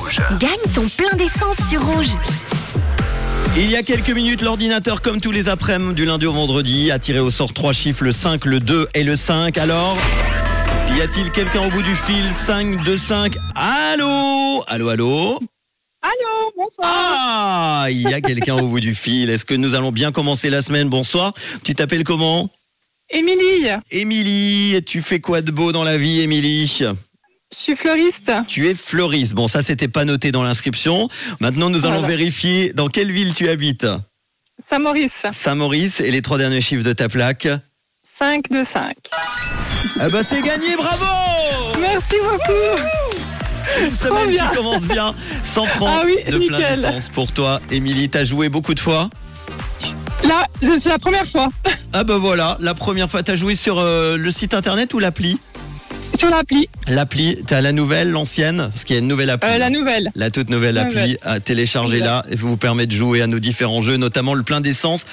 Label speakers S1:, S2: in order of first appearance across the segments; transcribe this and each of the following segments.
S1: Rouge.
S2: Gagne ton plein d'essence sur Rouge.
S3: Il y a quelques minutes, l'ordinateur, comme tous les après-midi, du lundi au vendredi, a tiré au sort trois chiffres, le 5, le 2 et le 5. Alors, y a-t-il quelqu'un au bout du fil 5, 2, 5. Allô Allô, allô
S4: Allô, bonsoir.
S3: Ah Il y a quelqu'un au bout du fil. Est-ce que nous allons bien commencer la semaine Bonsoir. Tu t'appelles comment
S4: Émilie,
S3: Émilie. Et Tu fais quoi de beau dans la vie, Émilie
S4: je suis fleuriste.
S3: Tu es fleuriste. Bon, ça, c'était pas noté dans l'inscription. Maintenant, nous allons
S4: Voilà.
S3: vérifier dans quelle ville tu habites.
S4: Saint-Maurice,
S3: Saint-Maurice et les trois derniers chiffres de ta plaque.
S4: 5 de 5.
S3: Ah bah c'est gagné, bravo
S4: Merci beaucoup.
S3: Une semaine
S4: bien.
S3: qui commence bien, 100 francs
S4: Ah oui,
S3: de plein
S4: nickel.
S3: d'essence pour toi. Émilie, t'as joué beaucoup de fois
S4: Là, je- c'est la première fois
S3: Ah bah voilà, la première fois, t'as joué sur euh, le site internet ou l'appli
S4: sur l'appli,
S3: L'appli, t'as la nouvelle, l'ancienne, parce qu'il y a une nouvelle appli.
S4: euh, la nouvelle.
S3: La toute nouvelle appli
S4: Nouvelle.
S3: à télécharger là et vous permet de jouer à nos différents jeux, notamment le plein d'essence.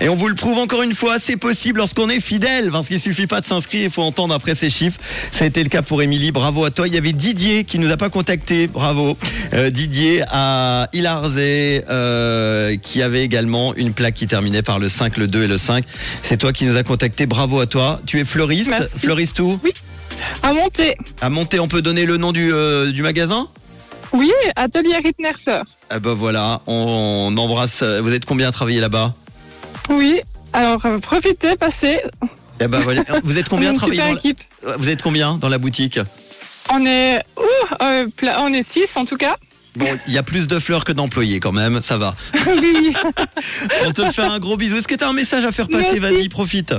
S3: Et on vous le prouve encore une fois, c'est possible lorsqu'on est fidèle, parce qu'il suffit pas de s'inscrire, il faut entendre après ces chiffres. Ça a été le cas pour Émilie, bravo à toi. Il y avait Didier qui nous a pas contacté, bravo. Euh, Didier à Hilarzé, euh, qui avait également une plaque qui terminait par le 5, le 2 et le 5. C'est toi qui nous a contacté, bravo à toi. Tu es fleuriste,
S4: Merci.
S3: fleuriste où
S4: À monter.
S3: À monter, on peut donner le nom du, euh, du magasin
S4: Oui, atelier Ritnerser.
S3: Ah bah voilà, on, on embrasse. euh, Vous êtes combien à travailler là-bas
S4: Oui. Alors, euh, profitez, passez.
S3: Ah bah voilà, vous êtes combien
S4: on
S3: à
S4: est une
S3: travailler
S4: super
S3: dans
S4: équipe.
S3: la... Vous êtes combien dans la boutique
S4: On est, ouh, euh, pla- on est 6 en tout cas.
S3: Bon, il y a plus de fleurs que d'employés quand même, ça va.
S4: Oui.
S3: On te fait un gros bisou. Est-ce que t'as un message à faire passer
S4: Merci.
S3: Vas-y, profite.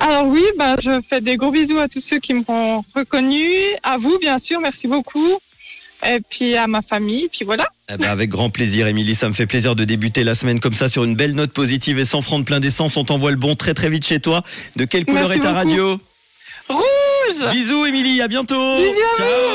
S4: Alors oui, bah, je fais des gros bisous à tous ceux qui m'ont reconnu, à vous bien sûr, merci beaucoup, et puis à ma famille, puis voilà.
S3: Eh ben, avec grand plaisir, Émilie. Ça me fait plaisir de débuter la semaine comme ça sur une belle note positive et sans francs de plein d'essence. On t'envoie le bon très très vite chez toi. De quelle couleur
S4: Merci
S3: est ta
S4: beaucoup.
S3: radio
S4: Rouge
S3: Bisous, Émilie. À bientôt.
S4: Bisous,
S3: Ciao.